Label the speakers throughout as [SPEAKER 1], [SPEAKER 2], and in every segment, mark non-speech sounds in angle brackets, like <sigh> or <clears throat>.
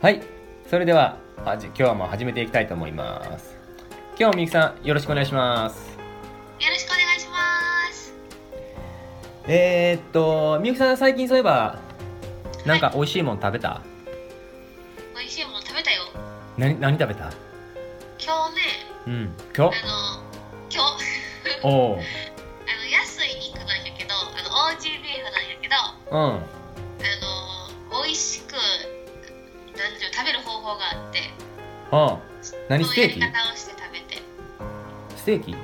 [SPEAKER 1] はいそれでははじ今日も始めていきたいと思います今日もみゆきさんよろしくお願いします
[SPEAKER 2] よろしくお願いします。
[SPEAKER 1] えー、っとみゆきさん最近そういえばなんか美味しいもん食べた、
[SPEAKER 2] 美味しいもの食べたよ。
[SPEAKER 1] なに何食べた
[SPEAKER 2] 今日ね、
[SPEAKER 1] うん今日
[SPEAKER 2] あの、今日、
[SPEAKER 1] おう
[SPEAKER 2] あの、安い肉なんやけど、あの、オージービーフなんやけど、
[SPEAKER 1] うん
[SPEAKER 2] あの、美味しく、なんていうの食べる方法があって、
[SPEAKER 1] うん何ス
[SPEAKER 2] そのや
[SPEAKER 1] テー
[SPEAKER 2] り
[SPEAKER 1] キ
[SPEAKER 2] 方をして食べて。
[SPEAKER 1] ステーキ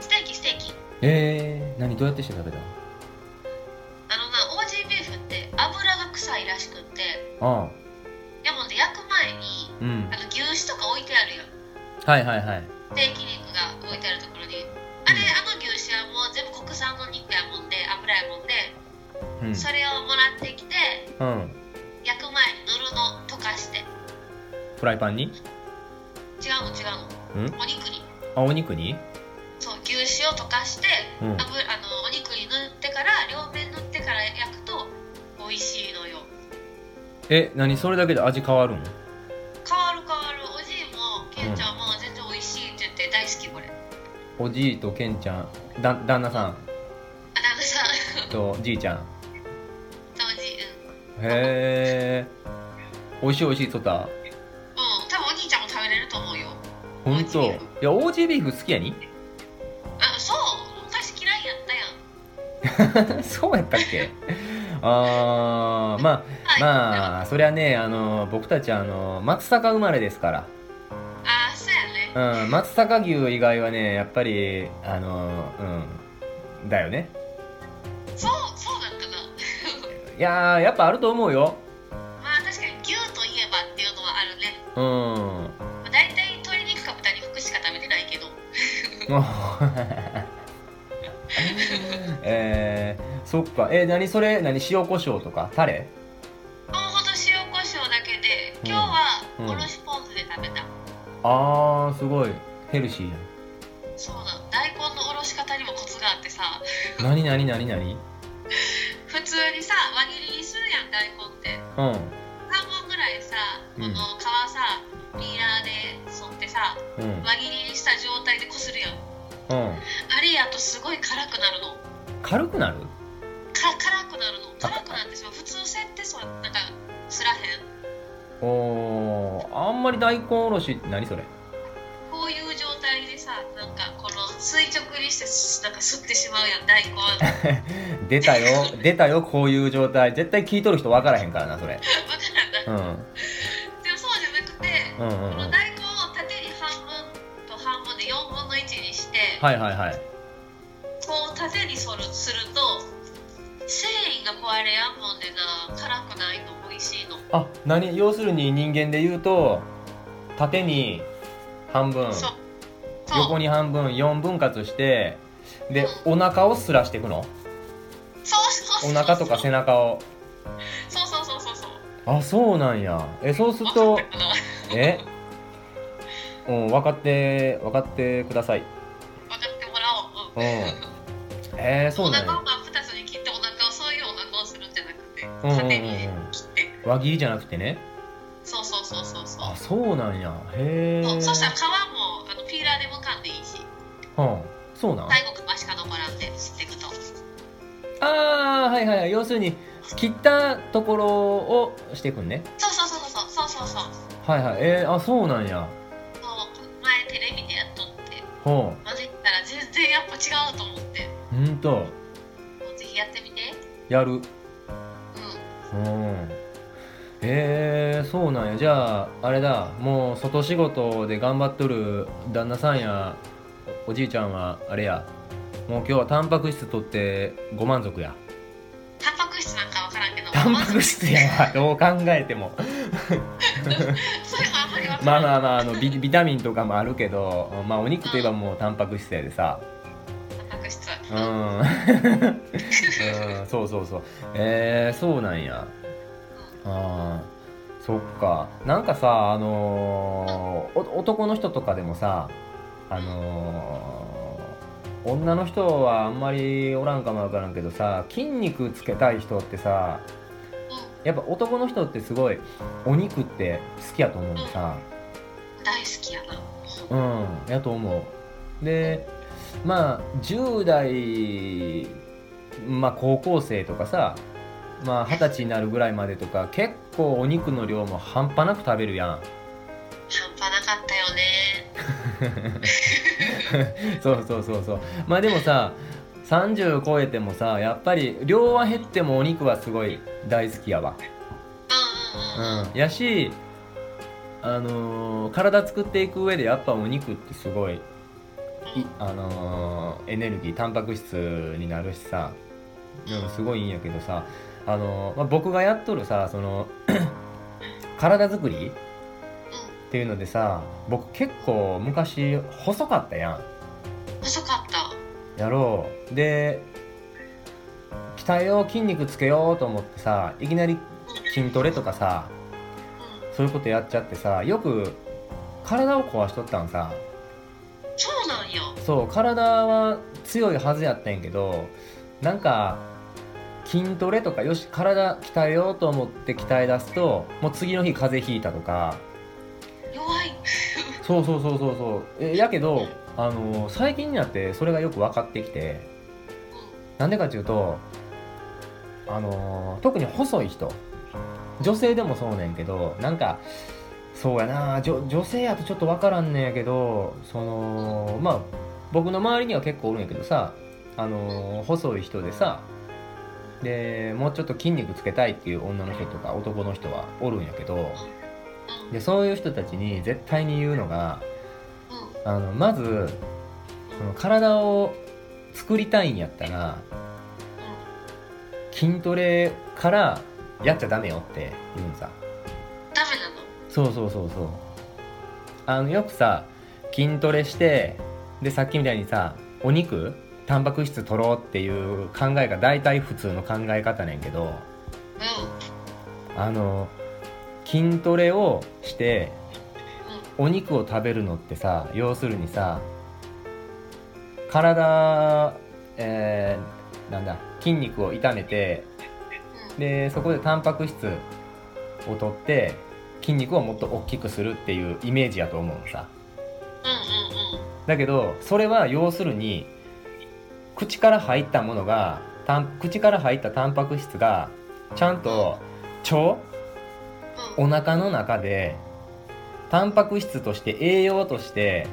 [SPEAKER 2] ステーキ、ステーキ。
[SPEAKER 1] えー、何どうやってして食べた
[SPEAKER 2] あのな、オージービーフって油が臭いらしくって、
[SPEAKER 1] うん
[SPEAKER 2] でもね、焼く前に、
[SPEAKER 1] うん
[SPEAKER 2] あの、牛脂とか置いてあるやん。
[SPEAKER 1] はいはいはい
[SPEAKER 2] ステーキ肉が置いてあるところに。あれ、あの牛脂はもう全部国産の肉やもんで、油やもん
[SPEAKER 1] う
[SPEAKER 2] で、
[SPEAKER 1] ん
[SPEAKER 2] それをもらってきて、
[SPEAKER 1] うん
[SPEAKER 2] 焼く前に布を溶かして
[SPEAKER 1] フライパンに
[SPEAKER 2] 違うの違うのお肉に
[SPEAKER 1] あお肉に
[SPEAKER 2] そう牛脂を溶かして、
[SPEAKER 1] うん
[SPEAKER 2] 油あのお肉に塗ってから両面塗ってから焼くと美味しいのよ
[SPEAKER 1] え何それだけで味変わるん
[SPEAKER 2] 変わる変わるおじいもけんちゃんも全然美味しいって言って大好きこれあ
[SPEAKER 1] おじいとけんちゃんだ旦那さん
[SPEAKER 2] 旦那さん <laughs>
[SPEAKER 1] とじいちゃん
[SPEAKER 2] とおじいうん
[SPEAKER 1] へえ美味しい美味しいとった
[SPEAKER 2] うん多分お兄ちゃんも食べれると思うよ
[SPEAKER 1] ほんといやオージービーフ好きやに <laughs>
[SPEAKER 2] あそう昔嫌いやったやん
[SPEAKER 1] そうやったっけあーまあ
[SPEAKER 2] はい、あ
[SPEAKER 1] まあそりゃねあの僕たちあの松阪生まれですか
[SPEAKER 2] あそうやね
[SPEAKER 1] ら、うん、松阪牛以外はねやっぱりあのうんだよね
[SPEAKER 2] そうそうだったな
[SPEAKER 1] いやーやっぱあると思うよ
[SPEAKER 2] まあ確かに牛といえばっていうのはあるね
[SPEAKER 1] うん
[SPEAKER 2] まあ、大体鶏肉か豚肉しか食べてないけど
[SPEAKER 1] もう <laughs> えー、そっかえー、何それ何塩コショウとかタレ
[SPEAKER 2] ほんと塩コショウだけで
[SPEAKER 1] うん
[SPEAKER 2] 今日は
[SPEAKER 1] うん
[SPEAKER 2] おろしポン酢で食べた、
[SPEAKER 1] あーすごいヘルシーやん
[SPEAKER 2] そうなの大根のおろし方にもコツがあってさ
[SPEAKER 1] 何何何何
[SPEAKER 2] 普通にさ輪切りにするやん大根って
[SPEAKER 1] うん
[SPEAKER 2] 半分ぐらいさ
[SPEAKER 1] う
[SPEAKER 2] こ
[SPEAKER 1] ん
[SPEAKER 2] の皮さピーラーで剃ってさ
[SPEAKER 1] うん
[SPEAKER 2] 輪切りにした状態でこするやん
[SPEAKER 1] うん
[SPEAKER 2] あれやとすごい辛くなるの
[SPEAKER 1] 軽くなる
[SPEAKER 2] か辛くなるの辛くなってしまう普通せってそうなんかすらへん
[SPEAKER 1] おーあんまり大根おろしって何それ
[SPEAKER 2] こういう状態でさなんかこの垂直にしてなんか吸ってしまうやん大根 <laughs>
[SPEAKER 1] 出 <laughs> たよ出たよこういう状態絶対聞いとる人分からへんからなそれ、
[SPEAKER 2] わからんな
[SPEAKER 1] うん、うん
[SPEAKER 2] でもそうじゃなくて、
[SPEAKER 1] うんう
[SPEAKER 2] この
[SPEAKER 1] ん
[SPEAKER 2] 大根を縦に半分と半分で4分の1にして、
[SPEAKER 1] はいはいはい
[SPEAKER 2] こう縦にそるすると繊維が壊れやんもんでな辛くないの美味しいの、
[SPEAKER 1] あ何要するに人間で言うと縦に半分
[SPEAKER 2] そうそ
[SPEAKER 1] 横
[SPEAKER 2] う
[SPEAKER 1] に半分4分割してでお腹をすらしていくの
[SPEAKER 2] そうそうそう
[SPEAKER 1] お腹とか背中を
[SPEAKER 2] そうそうそうそうそう
[SPEAKER 1] あそうなんやえそうする
[SPEAKER 2] わ
[SPEAKER 1] と
[SPEAKER 2] かったかな
[SPEAKER 1] えうん分かって分かってください
[SPEAKER 2] 分かってもらおう、うん
[SPEAKER 1] うんえー、そう
[SPEAKER 2] お
[SPEAKER 1] なん
[SPEAKER 2] 腹
[SPEAKER 1] や
[SPEAKER 2] を真っ二つに切ってお腹をそういうお腹をするんじゃなくて
[SPEAKER 1] うんうんうん
[SPEAKER 2] 縦に切って、
[SPEAKER 1] 輪切りじゃなくてね
[SPEAKER 2] そうそうそうそうそう
[SPEAKER 1] あそうなんやへえ
[SPEAKER 2] そううんそしたら皮もあのピーラーでもかんでいいし
[SPEAKER 1] そうなん
[SPEAKER 2] 最後皮しか残らんで吸っていくと
[SPEAKER 1] あーはいはいはい要するに切ったところをしていくんね
[SPEAKER 2] そうそうそうそうそうそうそうそう
[SPEAKER 1] はいはいえー、あそうなんや
[SPEAKER 2] 前テレビでやっとって
[SPEAKER 1] ほ
[SPEAKER 2] 混ぜたら全然やっぱ違うと思って
[SPEAKER 1] ううんと
[SPEAKER 2] もうぜひやってみて
[SPEAKER 1] やる
[SPEAKER 2] うん
[SPEAKER 1] うんえー、そうなんやじゃああれだもう外仕事で頑張っとる旦那さんやおおじいちゃんはあれやもう今日はタンパク質とってご満足や
[SPEAKER 2] タンパク質なんかわからんけど
[SPEAKER 1] タンパク質やわどう考えても
[SPEAKER 2] <laughs> そういうのあんまりわか
[SPEAKER 1] まあ
[SPEAKER 2] らん、
[SPEAKER 1] まあまああのビビタミンとかもあるけどまあお肉といえばもうタンパク質やでさ
[SPEAKER 2] タンパク質
[SPEAKER 1] う
[SPEAKER 2] うんん、
[SPEAKER 1] うんそうそうそうえー、そうなんやあーそっかなんかさあのーお男の人とかでもさあのー女の人はあんまりおらんかもわからんけどさ筋肉つけたい人ってさ
[SPEAKER 2] うん
[SPEAKER 1] やっぱ男の人ってすごいお肉って好きやと思うんでさ
[SPEAKER 2] 大好きやな
[SPEAKER 1] うんやと思うでまあ10代まあ高校生とかさまあ二十歳になるぐらいまでとか結構お肉の量も半端なく食べるやん
[SPEAKER 2] <laughs> 半端なかったよね
[SPEAKER 1] そうそうそうそうまあでもさ30超えてもさやっぱり量は減ってもお肉はすごい大好きやわ
[SPEAKER 2] うんうんうんうん
[SPEAKER 1] うんやしあのー体作っていく上でやっぱお肉ってすごいいあのーエネルギータンパク質になるしさうんすごいいいんやけどさあのーまあ、僕がやっとるさその <clears throat> 体作りっていうのでさ僕結構昔細かったやん
[SPEAKER 2] 細かった
[SPEAKER 1] やろうで鍛えよう筋肉つけようと思ってさいきなり筋トレとかさ
[SPEAKER 2] うん
[SPEAKER 1] そういうことやっちゃってさよく体を壊しとったんさ
[SPEAKER 2] そうなんや
[SPEAKER 1] そう体は強いはずやったんやけどなんか筋トレとかよし体鍛えようと思って鍛え出すともう次の日風邪ひいたとか
[SPEAKER 2] 弱い
[SPEAKER 1] そうそうそうそうそうえやけどあの最近になってそれがよく分かってきて
[SPEAKER 2] う
[SPEAKER 1] なんでかっていうとあのー特に細い人女性でもそうねんけどなんかそうやな女女性やとちょっと分からんねんやけどそのまあ僕の周りには結構おるんやけどさあのー細い人でさでもうちょっと筋肉つけたいっていう女の人とか男の人はおるんやけど
[SPEAKER 2] んうん
[SPEAKER 1] でそういう人たちに絶対に言うのが
[SPEAKER 2] うんう
[SPEAKER 1] あ
[SPEAKER 2] ん
[SPEAKER 1] のまずその体を作りたいんやったら筋トレからやっちゃダメよって言うんさ
[SPEAKER 2] ダメなの
[SPEAKER 1] そうそうそうそうあのよくさ筋トレしてでさっきみたいにさお肉タンパク質取ろうっていう考えが大体普通の考え方ねんけど
[SPEAKER 2] う
[SPEAKER 1] あの筋トレをしてお肉を食べるのってさ要するにさ体、えーなんだ筋肉を痛めて
[SPEAKER 2] ん
[SPEAKER 1] でそこでタンパク質を取って筋肉をもっと大きくするっていうイメージやと思うのさ
[SPEAKER 2] うんうんうんうん
[SPEAKER 1] だけどそれは要するに口から入ったものがたん口から入ったタンパク質がちゃんと腸
[SPEAKER 2] うん
[SPEAKER 1] お腹の中でタンパク質として栄養として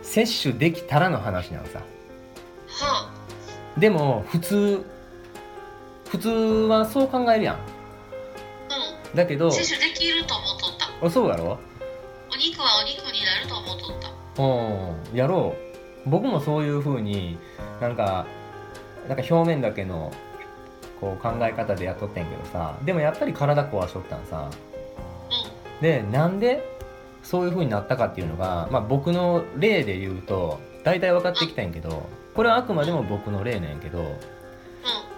[SPEAKER 2] うん
[SPEAKER 1] 摂取できたらの話なのさ
[SPEAKER 2] は
[SPEAKER 1] でも普通普通はそう考えるやん
[SPEAKER 2] あ
[SPEAKER 1] だけ
[SPEAKER 2] う <laughs>
[SPEAKER 1] ど
[SPEAKER 2] ん摂取できると思っとった
[SPEAKER 1] あそうやろ
[SPEAKER 2] お肉はお肉になると思っとった
[SPEAKER 1] うんやろう僕もそういう風になんかなんか表面だけのこう考え方でやっとってんけどさでもやっぱり体壊しとったんさ
[SPEAKER 2] う
[SPEAKER 1] でなんでそういう風になったかっていうのが、まあ、僕の例で言うと大体分かってきたんやけどこれはあくまでも僕の例なんやけど
[SPEAKER 2] ん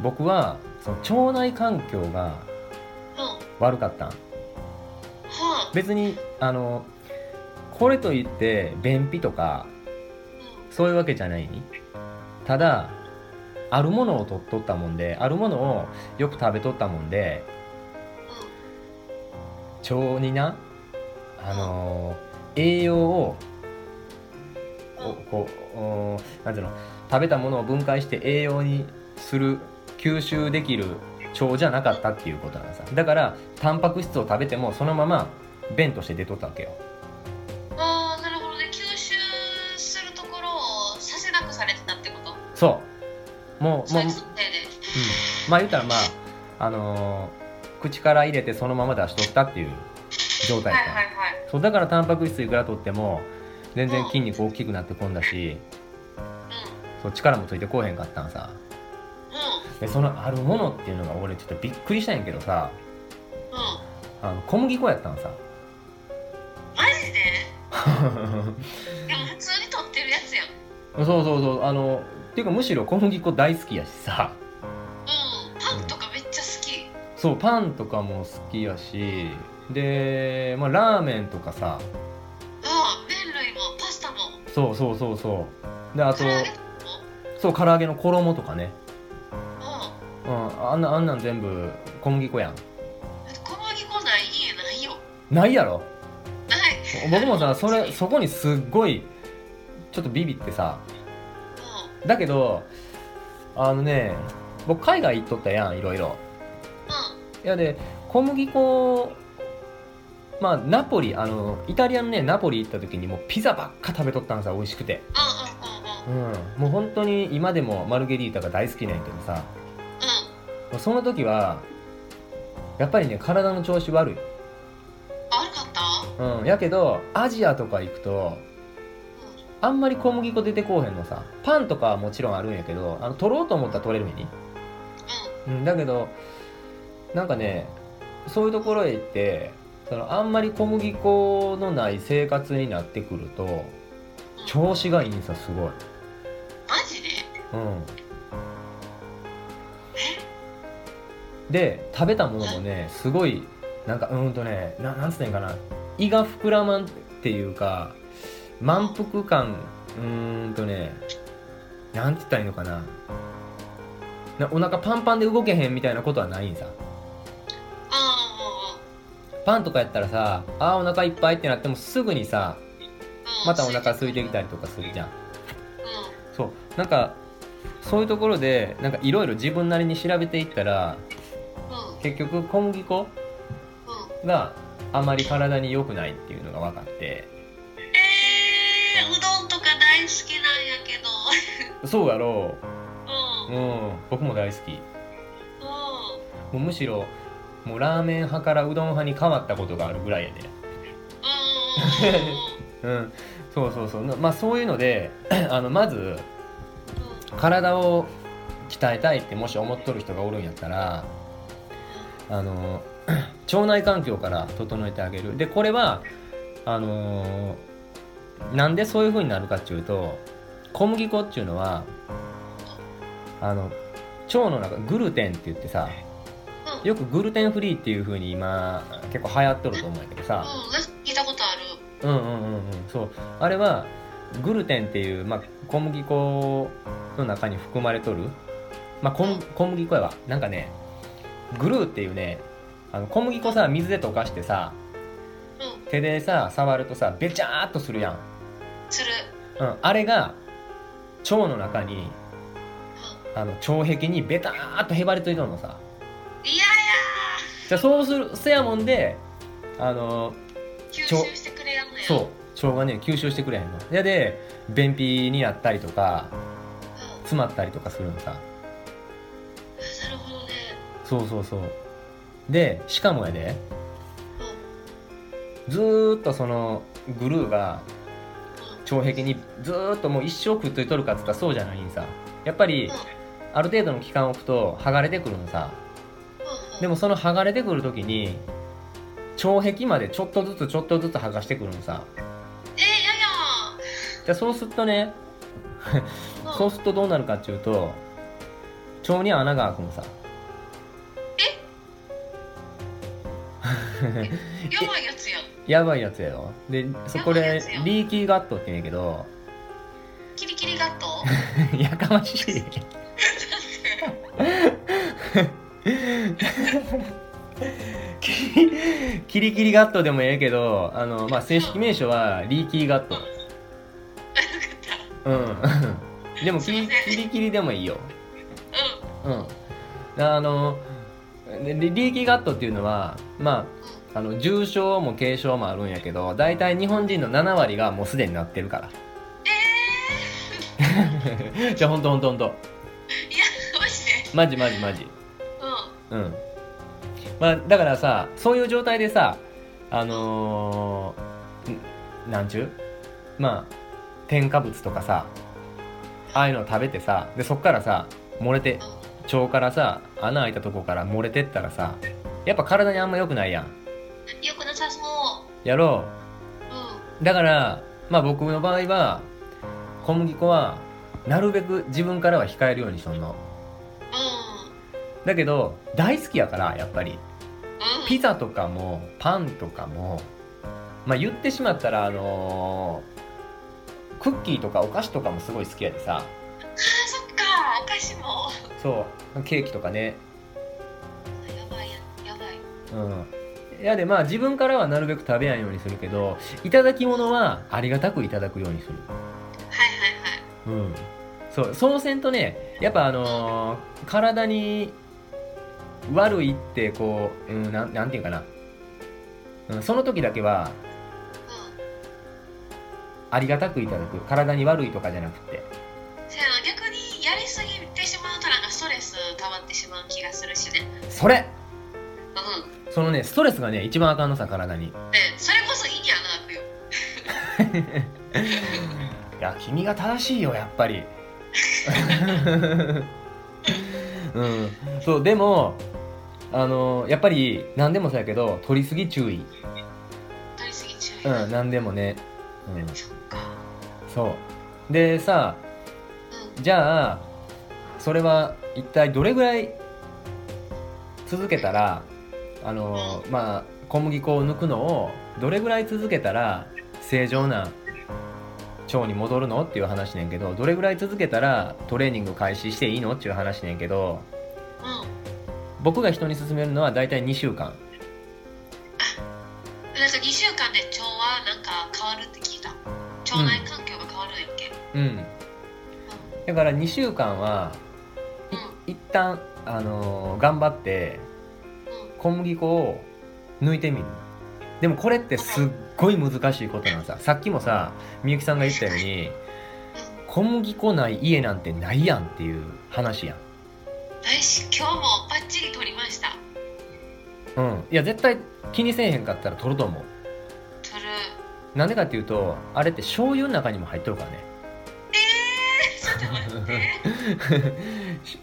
[SPEAKER 1] 僕はその腸内環境が
[SPEAKER 2] うんうん
[SPEAKER 1] 悪かったん
[SPEAKER 2] はあ
[SPEAKER 1] 別にあのこれといって便秘とかそういうわけじゃないただあるものをとっとったもんであるものをよく食べとったもんで
[SPEAKER 2] う
[SPEAKER 1] 腸になあの栄養を
[SPEAKER 2] ん
[SPEAKER 1] お
[SPEAKER 2] うんうん
[SPEAKER 1] こうおなんていうの食べたものを分解して栄養にする吸収できる腸じゃなかったっていうことなんさだからタンパク質を食べてもそのまま便として出とったわけよ
[SPEAKER 2] ああなるほどね吸収するところをさせなくされてたってこと
[SPEAKER 1] そうもう
[SPEAKER 2] そ
[SPEAKER 1] も
[SPEAKER 2] いうつのせいで
[SPEAKER 1] うん、まあ言ったらまああのー口から入れてそのまま出しとったっていう状態
[SPEAKER 2] はい
[SPEAKER 1] や
[SPEAKER 2] は
[SPEAKER 1] っ
[SPEAKER 2] い
[SPEAKER 1] た、
[SPEAKER 2] はい
[SPEAKER 1] そうだからタンパク質いくらとっても全然
[SPEAKER 2] うん
[SPEAKER 1] 筋肉大きくなってこんだし、
[SPEAKER 2] う
[SPEAKER 1] そう力もついてこうへんかったんさ
[SPEAKER 2] ん
[SPEAKER 1] でそのあるものっていうのが俺ちょっとびっくりしたんやけどさ
[SPEAKER 2] うんうん
[SPEAKER 1] あの小麦粉やったん
[SPEAKER 2] <laughs>
[SPEAKER 1] さ
[SPEAKER 2] マジででも普通に取ってるやつやん
[SPEAKER 1] そうそうそうあのっていうかむしろ小麦粉大好きやしさ
[SPEAKER 2] うんパンとかめっちゃ好き
[SPEAKER 1] そうパンとかも好きやしで、まあ、ラーメンとかさ
[SPEAKER 2] うん麺類もパスタも
[SPEAKER 1] そうそうそうそうであと
[SPEAKER 2] 唐揚げ
[SPEAKER 1] そう唐揚げの衣とかね、
[SPEAKER 2] も
[SPEAKER 1] うん、あんなあんなん全部小麦粉やんないやろ
[SPEAKER 2] ない
[SPEAKER 1] 僕もさそれそこにすっごいちょっとビビってさ
[SPEAKER 2] う
[SPEAKER 1] だけどあのね僕海外行っとったやんいろいろい
[SPEAKER 2] ん
[SPEAKER 1] やで小麦粉まあナポリあのイタリアのねナポリ行った時にもうピザばっか食べとったんさ美味しくて
[SPEAKER 2] うんうんうんうん
[SPEAKER 1] う
[SPEAKER 2] うん
[SPEAKER 1] んもう本当に今でもマルゲリータが大好きなんやけどさその時はやっぱりね体の調子悪い、
[SPEAKER 2] 悪かった
[SPEAKER 1] うん、やけどアジアとか行くとあんまり小麦粉出てこうへんのさパンとかはもちろんあるんやけどあの取ろうと思ったら取れるんやに、うん、だけどなんかねそういうところへ行ってそのあんまり小麦粉のない生活になってくると
[SPEAKER 2] うんうん
[SPEAKER 1] 調子がいいんさすごい、
[SPEAKER 2] マジで
[SPEAKER 1] うん、で食べたものもねすごいなんかうーんとねななんつってんかな胃が膨らまんっていうか満腹感うーんとねなんて言ったらいいのかななお腹パンパンで動けへんみたいなことはないんさ
[SPEAKER 2] あ
[SPEAKER 1] パンとかやったらさあーお腹いっぱいってなってもすぐにさ
[SPEAKER 2] あ
[SPEAKER 1] またお腹空いてきた
[SPEAKER 2] り
[SPEAKER 1] りとかするじゃん
[SPEAKER 2] うん
[SPEAKER 1] そうなんかそういうところでなんかいろいろ自分なりに調べていったら
[SPEAKER 2] うん
[SPEAKER 1] 結局小麦粉
[SPEAKER 2] うん
[SPEAKER 1] があまり体に良くないっていうのが分かって
[SPEAKER 2] えー、うどんとか大好きなんやけど
[SPEAKER 1] そうやろ
[SPEAKER 2] うん
[SPEAKER 1] ううん僕も大好き
[SPEAKER 2] うん
[SPEAKER 1] もうむしろもうラーメン派からうどん派に変わったことがあるぐらいやで
[SPEAKER 2] うんうん
[SPEAKER 1] うんそうそうそうなまあそういうので <clears throat> あのまず
[SPEAKER 2] うんうん
[SPEAKER 1] 体を鍛えたいってもし思っとる人がおるんやったらあの <clears throat> 腸内環境から整えてあげるでこれはあのなんでそういう風になるかっていうと小麦粉っていうのはあの腸の中グルテンって言ってさ
[SPEAKER 2] うん
[SPEAKER 1] よくグルテンフリーっていう風に今結構流行っとると思うんやけどさ
[SPEAKER 2] うん、なんか聞いたことある。
[SPEAKER 1] うんうんうんうんそうあれはグルテンっていう、まあ、小麦粉の中に含まれとる、まあ、小麦小麦粉やわなんかねグルーっていうねあの小麦粉さ水で溶かしてさ
[SPEAKER 2] う
[SPEAKER 1] 手でさ触るとさべちゃーっとするやん、
[SPEAKER 2] ん、する。
[SPEAKER 1] うん、あれが腸の中にあの腸壁にべたーっとへばりついとるのさ
[SPEAKER 2] いや
[SPEAKER 1] じゃあそうするせやもんであの
[SPEAKER 2] いや、吸収してくれやんのや。
[SPEAKER 1] そう腸がね吸収してくれへんのやで便秘になったりとか
[SPEAKER 2] うん。な
[SPEAKER 1] 詰まったりとかするのさ
[SPEAKER 2] るほどね。
[SPEAKER 1] そうそうそうでしかもやで
[SPEAKER 2] うん、
[SPEAKER 1] ずーっとそのグルーが
[SPEAKER 2] う
[SPEAKER 1] 腸壁にずーっともう一生くっついとるかっつったらそうじゃないんさやっぱり
[SPEAKER 2] うん
[SPEAKER 1] ある程度の期間を置くと剥がれてくるのさ
[SPEAKER 2] ん、うん。
[SPEAKER 1] で
[SPEAKER 2] も、
[SPEAKER 1] もその剥がれてくる時に腸壁までちょっとずつちょっとずつ剥がしてくるのさ
[SPEAKER 2] えー、いやい
[SPEAKER 1] でそうするとね
[SPEAKER 2] や。ん
[SPEAKER 1] そうするとどうなるかっていうと腸に穴が開くのさ
[SPEAKER 2] やばいやつやん。
[SPEAKER 1] やばいやつやよでそこ
[SPEAKER 2] やばい
[SPEAKER 1] で
[SPEAKER 2] やつよ
[SPEAKER 1] リーキーガットって言うんやけど
[SPEAKER 2] キリキリガッ
[SPEAKER 1] <laughs>
[SPEAKER 2] ト。
[SPEAKER 1] やかまし
[SPEAKER 2] <laughs>
[SPEAKER 1] いキリキリキリガットでもええけどあの、まあ、正式名称はリーキーガットうん <laughs> でもキ
[SPEAKER 2] すい
[SPEAKER 1] リ
[SPEAKER 2] ません
[SPEAKER 1] キリキリでもいいよ
[SPEAKER 2] うん、
[SPEAKER 1] うんあのでリリーキーガットっていうのはまああの重症も軽症もあるんやけど大体日本人の7割がもうすでになってるから <laughs> じゃあほんとほんとほんと
[SPEAKER 2] いや、マジで。
[SPEAKER 1] マジマジマジ
[SPEAKER 2] うん、
[SPEAKER 1] うんまあだからさそういう状態でさあのーんなんちゅうまあ添加物とかさああいうの食べてさでそっからさ漏れて腸からさ穴開いたとこから漏れてったらさやっぱ体にあんま良くないやん
[SPEAKER 2] うん、よくなさそ
[SPEAKER 1] やろ
[SPEAKER 2] う。うん、
[SPEAKER 1] うだからまあ僕の場合は小麦粉はなるべく自分からは控えるようにしとんの
[SPEAKER 2] う
[SPEAKER 1] だけど大好きやからやっぱり
[SPEAKER 2] ん、うん。
[SPEAKER 1] ピザとかもパンとかもまあ言ってしまったらあのークッキーとかお菓子とかもすごい好きやでさ
[SPEAKER 2] あー、そっか、お菓子も。
[SPEAKER 1] そうケーキとかね
[SPEAKER 2] やばいや、やばい。
[SPEAKER 1] うんいやでまあ自分からはなるべく食べやんようにするけどいただき物はありがたくいただくようにする
[SPEAKER 2] はい
[SPEAKER 1] うんそうそうせんとねやっぱあのー体に悪いってこう、うん、なんなんていうかな、うん、その時だけは
[SPEAKER 2] はいはい
[SPEAKER 1] ありがたくいただく体に悪いとかじゃなくて
[SPEAKER 2] うんせやな逆にやりすぎてしまうとなんかストレス溜まってしまう気がするしね
[SPEAKER 1] それ
[SPEAKER 2] うん
[SPEAKER 1] そのねストレスがね一番あかんのさ体に
[SPEAKER 2] ねそれこそ意味はなくよ
[SPEAKER 1] いや君が正しいよやっぱり <laughs> うんそうでもあのやっぱり何でもそうやけど取りすぎ注意
[SPEAKER 2] 取りすぎ注意、
[SPEAKER 1] うん何でもねうん
[SPEAKER 2] そっか
[SPEAKER 1] そうでさ
[SPEAKER 2] うん
[SPEAKER 1] じゃあそれは一体どれぐらい続けたらあのまあ小麦粉を抜くのをどれぐらい続けたら正常な腸に戻るのっていう話ねんけどどれぐらい続けたらトレーニング開始していいのっていう話ねんけど
[SPEAKER 2] うん
[SPEAKER 1] 僕が人に勧めるのは大体2週間
[SPEAKER 2] なんか2週間で腸はなんか変わるって聞いた腸内環境が変わるんやっけ
[SPEAKER 1] うんだから2週間は
[SPEAKER 2] うん
[SPEAKER 1] 一旦あの頑張って
[SPEAKER 2] うんうん
[SPEAKER 1] 小麦粉を抜いてみるでもこれってすっごい難しいことなのささっきもさみゆきさんが言ったように小麦粉ない家なんてないやんっていう話やん
[SPEAKER 2] 私今日もバッチリ取りました
[SPEAKER 1] うんいや絶対気にせえへんかったら取ると思う
[SPEAKER 2] 取る
[SPEAKER 1] なんでかっていうとあれって醤油の中にも入っとるからね
[SPEAKER 2] ちょっと待って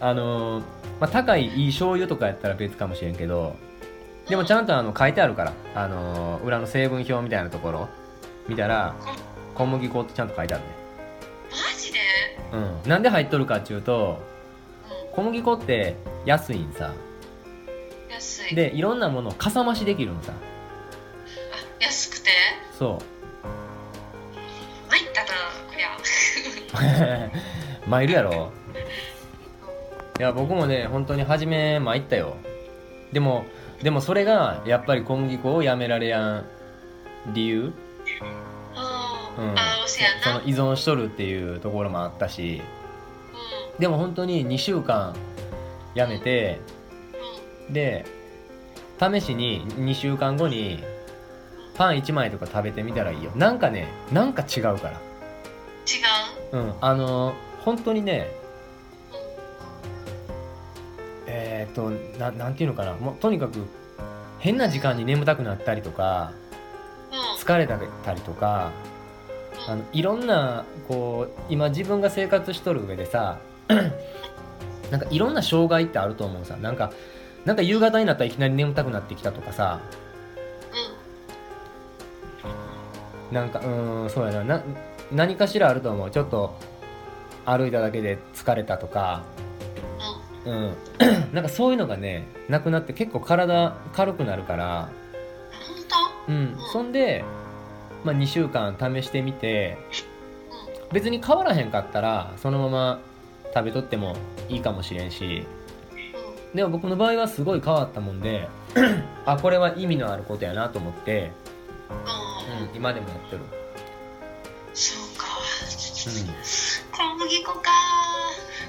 [SPEAKER 1] <laughs> あのーまあ、高いいい醤油とかやったら別かもしれんけどでもちゃんとあの書いてあるからあのー裏の成分表みたいなところ見たら小麦粉ってちゃんと書いてあるね
[SPEAKER 2] マジで
[SPEAKER 1] うん、なんで入っとるかっていうと
[SPEAKER 2] う
[SPEAKER 1] 小麦粉って安いんさ
[SPEAKER 2] ん安い
[SPEAKER 1] でいろんなものをかさ増しできるのさ
[SPEAKER 2] あ安くて
[SPEAKER 1] そう <laughs>
[SPEAKER 2] 参ったなこりゃ
[SPEAKER 1] 参るやろいや僕もね本当に初め参ったよでもでもそれがやっぱり小麦粉をやめられやん理由、う
[SPEAKER 2] うんん、ああせや
[SPEAKER 1] そ
[SPEAKER 2] な
[SPEAKER 1] の依存しとるっていうところもあったし
[SPEAKER 2] う
[SPEAKER 1] でも本当に2週間やめて
[SPEAKER 2] んうん
[SPEAKER 1] で試しに2週間後にパン1枚とか食べてみたらいいよなんかねなんか違うから
[SPEAKER 2] 違う
[SPEAKER 1] うんあのー本当にね
[SPEAKER 2] うん
[SPEAKER 1] えっ、とななんていうのかなもうとにかく変な時間に眠たくなったりとか
[SPEAKER 2] うん
[SPEAKER 1] 疲れたりとかあのいろんなこう今自分が生活しとる上でさ <clears throat> なんかいろんな障害ってあると思うさなんかなんか夕方になったらいきなり眠たくなってきたとかさ
[SPEAKER 2] う
[SPEAKER 1] なんかうーんそうやなな何かしらあると思うちょっと歩いただけで疲れたとか
[SPEAKER 2] んうん
[SPEAKER 1] うん <clears throat> なんかそういうのがねなくなって結構体軽くなるから
[SPEAKER 2] 本当
[SPEAKER 1] うんそんで、まあ、2週間試してみて
[SPEAKER 2] う
[SPEAKER 1] 別に変わらへんかったらそのまま食べとってもいいかもしれんし
[SPEAKER 2] うん
[SPEAKER 1] でも僕の場合はすごい変わったもんであこれは意味のあることやなと思って、
[SPEAKER 2] うん
[SPEAKER 1] うん、今でもやってる、
[SPEAKER 2] そうか
[SPEAKER 1] うん
[SPEAKER 2] 小麦粉か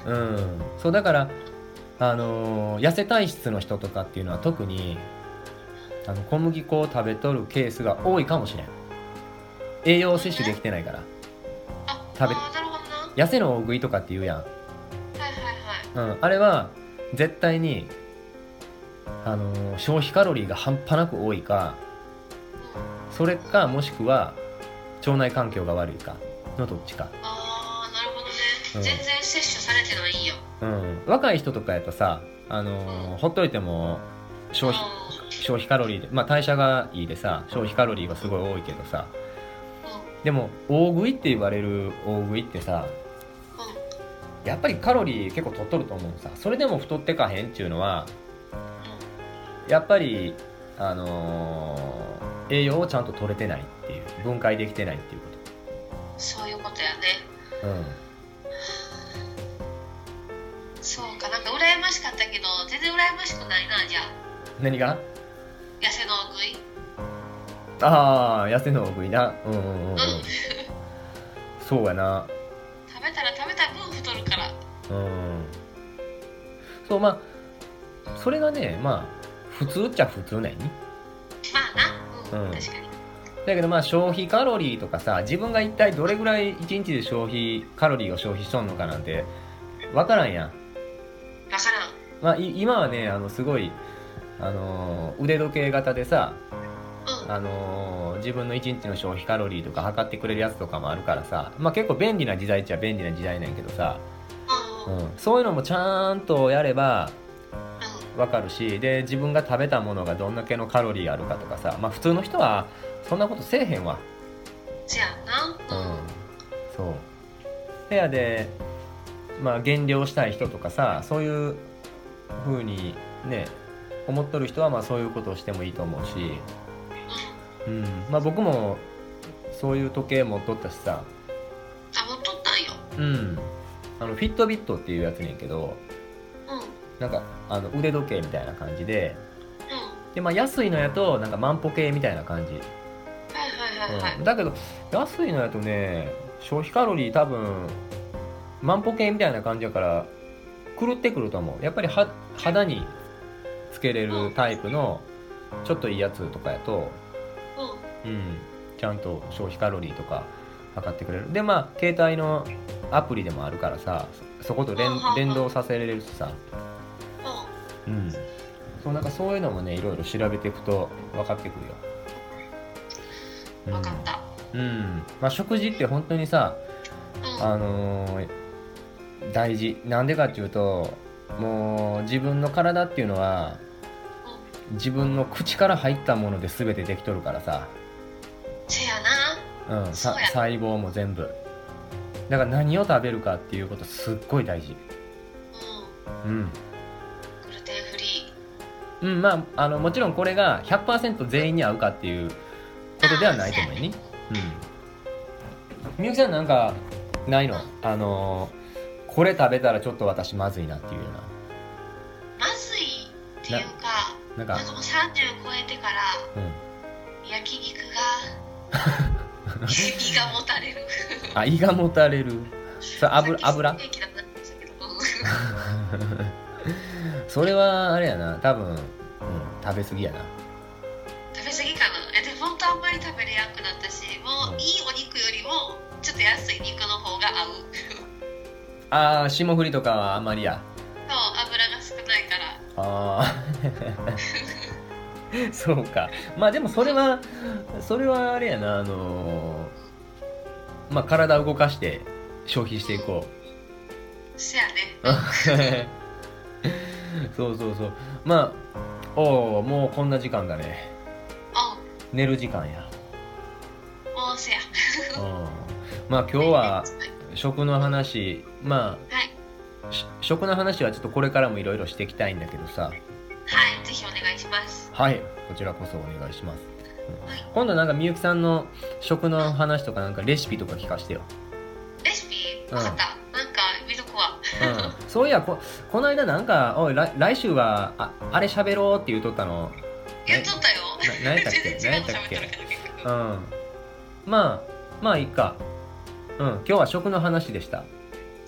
[SPEAKER 1] うん、そうだから、あのー痩せ体質の人とかっていうのは特にあの小麦粉を食べとるケースが多いかもしれん栄養摂取できてないから
[SPEAKER 2] あ
[SPEAKER 1] 食べ
[SPEAKER 2] あーなるほどなは
[SPEAKER 1] 痩せの大食いとかって言うやん、
[SPEAKER 2] いはいはい
[SPEAKER 1] うん、あれは絶対に、あのー消費カロリーが半端なく多いか
[SPEAKER 2] うん
[SPEAKER 1] それかもしくは腸内環境が悪いかのどっちか、
[SPEAKER 2] ああなるほどね、
[SPEAKER 1] うん
[SPEAKER 2] 全然摂取されてないんや
[SPEAKER 1] うん、若い人とかやとさ、あのーほっといても消費
[SPEAKER 2] う
[SPEAKER 1] 消費カロリーで、まあ、代謝がいいでさ消費カロリーがすごい多いけどさ
[SPEAKER 2] んうん
[SPEAKER 1] でも大食いって言われる大食いってさやっぱりカロリー結構取っとると思うのさそれでも太ってかへんっていうのはやっぱり、あのー栄養をちゃんと取れてないっていう分解できてないっていうこ
[SPEAKER 2] そういうことやね
[SPEAKER 1] と、うん、
[SPEAKER 2] そうかなんか羨ましかったけど全然羨ましくないなじゃあ
[SPEAKER 1] 何が
[SPEAKER 2] 痩せの食い
[SPEAKER 1] ああ痩せんのが得意なうんうんうんうん <laughs>
[SPEAKER 2] うん
[SPEAKER 1] そうやな
[SPEAKER 2] 食べたら食べた分太るから
[SPEAKER 1] うんそうまあそれがねまあ普通っちゃ普通なんやね
[SPEAKER 2] まあなうん、
[SPEAKER 1] うん
[SPEAKER 2] 確かに
[SPEAKER 1] だけどまあ消費カロリーとかさ自分が一体どれぐらい1日で消費カロリーを消費しとんのかなんて分からんやん、
[SPEAKER 2] わからん
[SPEAKER 1] まあ、い今はねあのすごい、あのー腕時計型でさ、
[SPEAKER 2] うん
[SPEAKER 1] あのー自分の1日の消費カロリーとか測ってくれるやつとかもあるからさ、まあ、結構便利な時代っちゃ便利な時代なんやけどさ、
[SPEAKER 2] う
[SPEAKER 1] うん
[SPEAKER 2] うん
[SPEAKER 1] ん、そういうのもちゃんとやればわかるしで自分が食べたものがどんだけのカロリーあるかとかさ、まあ、普通の人はそんなことせえへんわ。
[SPEAKER 2] じゃあなうん、
[SPEAKER 1] そう部屋で、まあ、減量したい人とかさそういう風にね思っとる人はまあそういうことをしてもいいと思うし、うんまあ、僕もそういう時計持っとったしさ、
[SPEAKER 2] あ持っとったんよ
[SPEAKER 1] うん、あのフィットビットっていうやつねんけど
[SPEAKER 2] うんうん
[SPEAKER 1] なんかあの腕時計みたいな感じでで、まあ、安いのやとなんか万歩計みたいな感じ、
[SPEAKER 2] はいはいはいはい、
[SPEAKER 1] うん、だけど安いのやとね消費カロリー多分万歩計みたいな感じやから狂ってくると思うやっぱりは肌につけれるタイプのちょっといいやつとかやと、
[SPEAKER 2] うんうん
[SPEAKER 1] うん、ちゃんと消費カロリーとか測ってくれるでまあ携帯のアプリでもあるからさそそこと連
[SPEAKER 2] うんうんうん
[SPEAKER 1] 連動させれるしさ、うん、そうなんかそういうのもねいろいろ調べていくと分かってくるよ、うん
[SPEAKER 2] 分かった
[SPEAKER 1] うんまあ、食事って本当にさ、
[SPEAKER 2] うん
[SPEAKER 1] あのー大事なんでかっていうともう自分の体っていうのは自分の口から入ったもので全てできとるからさ,、
[SPEAKER 2] せやな
[SPEAKER 1] うん、さ
[SPEAKER 2] そうや
[SPEAKER 1] 細胞も全部だから何を食べるかっていうことすっごい大事、
[SPEAKER 2] う
[SPEAKER 1] うん
[SPEAKER 2] んグルテンフリ
[SPEAKER 1] うん、まああのもちろんこれが100%全員に合うかっていう
[SPEAKER 2] ー
[SPEAKER 1] ことではないと思うよねうんみゆきさんなんかないのあのーこれ食べたらちょっと私まずいなっていうような
[SPEAKER 2] まずいっていうか
[SPEAKER 1] なん
[SPEAKER 2] な
[SPEAKER 1] か
[SPEAKER 2] んかもう30超えてから
[SPEAKER 1] うん
[SPEAKER 2] 焼き肉が胃がもたれる
[SPEAKER 1] あ胃がもたれるそれ油油それはあれやな多分、うん、食べ過ぎやな
[SPEAKER 2] 食べ過ぎかなえで本当あんまり食べれやんくなったしもういいお肉よりもちょっと安い肉の方が合う
[SPEAKER 1] あー霜降りとかはあんまりや
[SPEAKER 2] そう油が少ないから
[SPEAKER 1] あー <laughs> そうかまあでもそれはそれはあれやなあのーまあ体を動かして消費していこう
[SPEAKER 2] せやね
[SPEAKER 1] <laughs> そうそうそうまあおおもうこんな時間だね
[SPEAKER 2] う
[SPEAKER 1] 寝る時間 <laughs> や
[SPEAKER 2] んもうせや
[SPEAKER 1] うんまあ今日は食の話ま
[SPEAKER 2] はい
[SPEAKER 1] あし食の話はちょっとこれからもいろいろしていきたいんだけどさ
[SPEAKER 2] はいぜひお願いします
[SPEAKER 1] はいこちらこそお願いします、うん
[SPEAKER 2] はい
[SPEAKER 1] 今度なんかみゆきさんの食の話とかなんかレシピとか聞かしてよ、
[SPEAKER 2] レシピ
[SPEAKER 1] うん
[SPEAKER 2] 分かった、なんか見とこわ
[SPEAKER 1] <laughs> うん、そういやここの間なんかおい来来週はああれ喋ろうって言うとったの
[SPEAKER 2] 言っとったよ
[SPEAKER 1] <laughs> な何やったっけ
[SPEAKER 2] 全
[SPEAKER 1] 何や
[SPEAKER 2] 然違う
[SPEAKER 1] っ
[SPEAKER 2] こと
[SPEAKER 1] たっ
[SPEAKER 2] 喋っ
[SPEAKER 1] け
[SPEAKER 2] とるけど結局
[SPEAKER 1] う
[SPEAKER 2] は
[SPEAKER 1] んまあまあいいかうん今日は食の話でした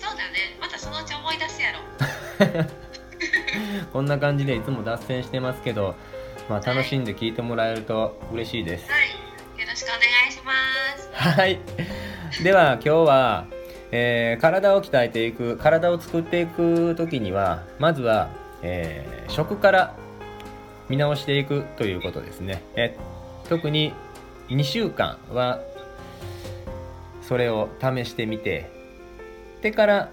[SPEAKER 2] そうだねまたそのうち思い出すやろ
[SPEAKER 1] こんな感じでいつも脱線してますけど、まあ、楽しんで聞いてもらえると嬉しいです
[SPEAKER 2] はい、よろしくお願いします。
[SPEAKER 1] はい。では今日は、えー体を鍛えていく体を作っていく時にはまずは、えー食から見直していくということですね。え特に2週間はそれを試してみてでから、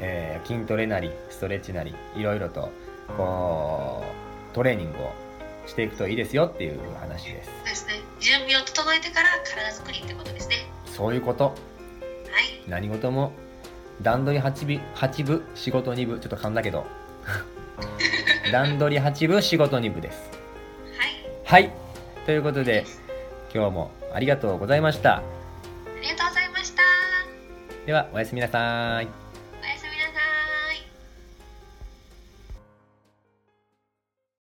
[SPEAKER 1] えー筋トレなりストレッチなりいろいろとこうトレーニングをしていくといいですよっていう話です。
[SPEAKER 2] そうですね、準備を整えてから体作りってことですね。
[SPEAKER 1] そういうこと
[SPEAKER 2] はい、
[SPEAKER 1] 何事も段取り8分8分仕事2分ちょっと噛んだけど <laughs> 段取り8分仕事2分です
[SPEAKER 2] はい、
[SPEAKER 1] はいということで今日もありがとうございました
[SPEAKER 2] ありがとうございました。
[SPEAKER 1] ではおやすみなさい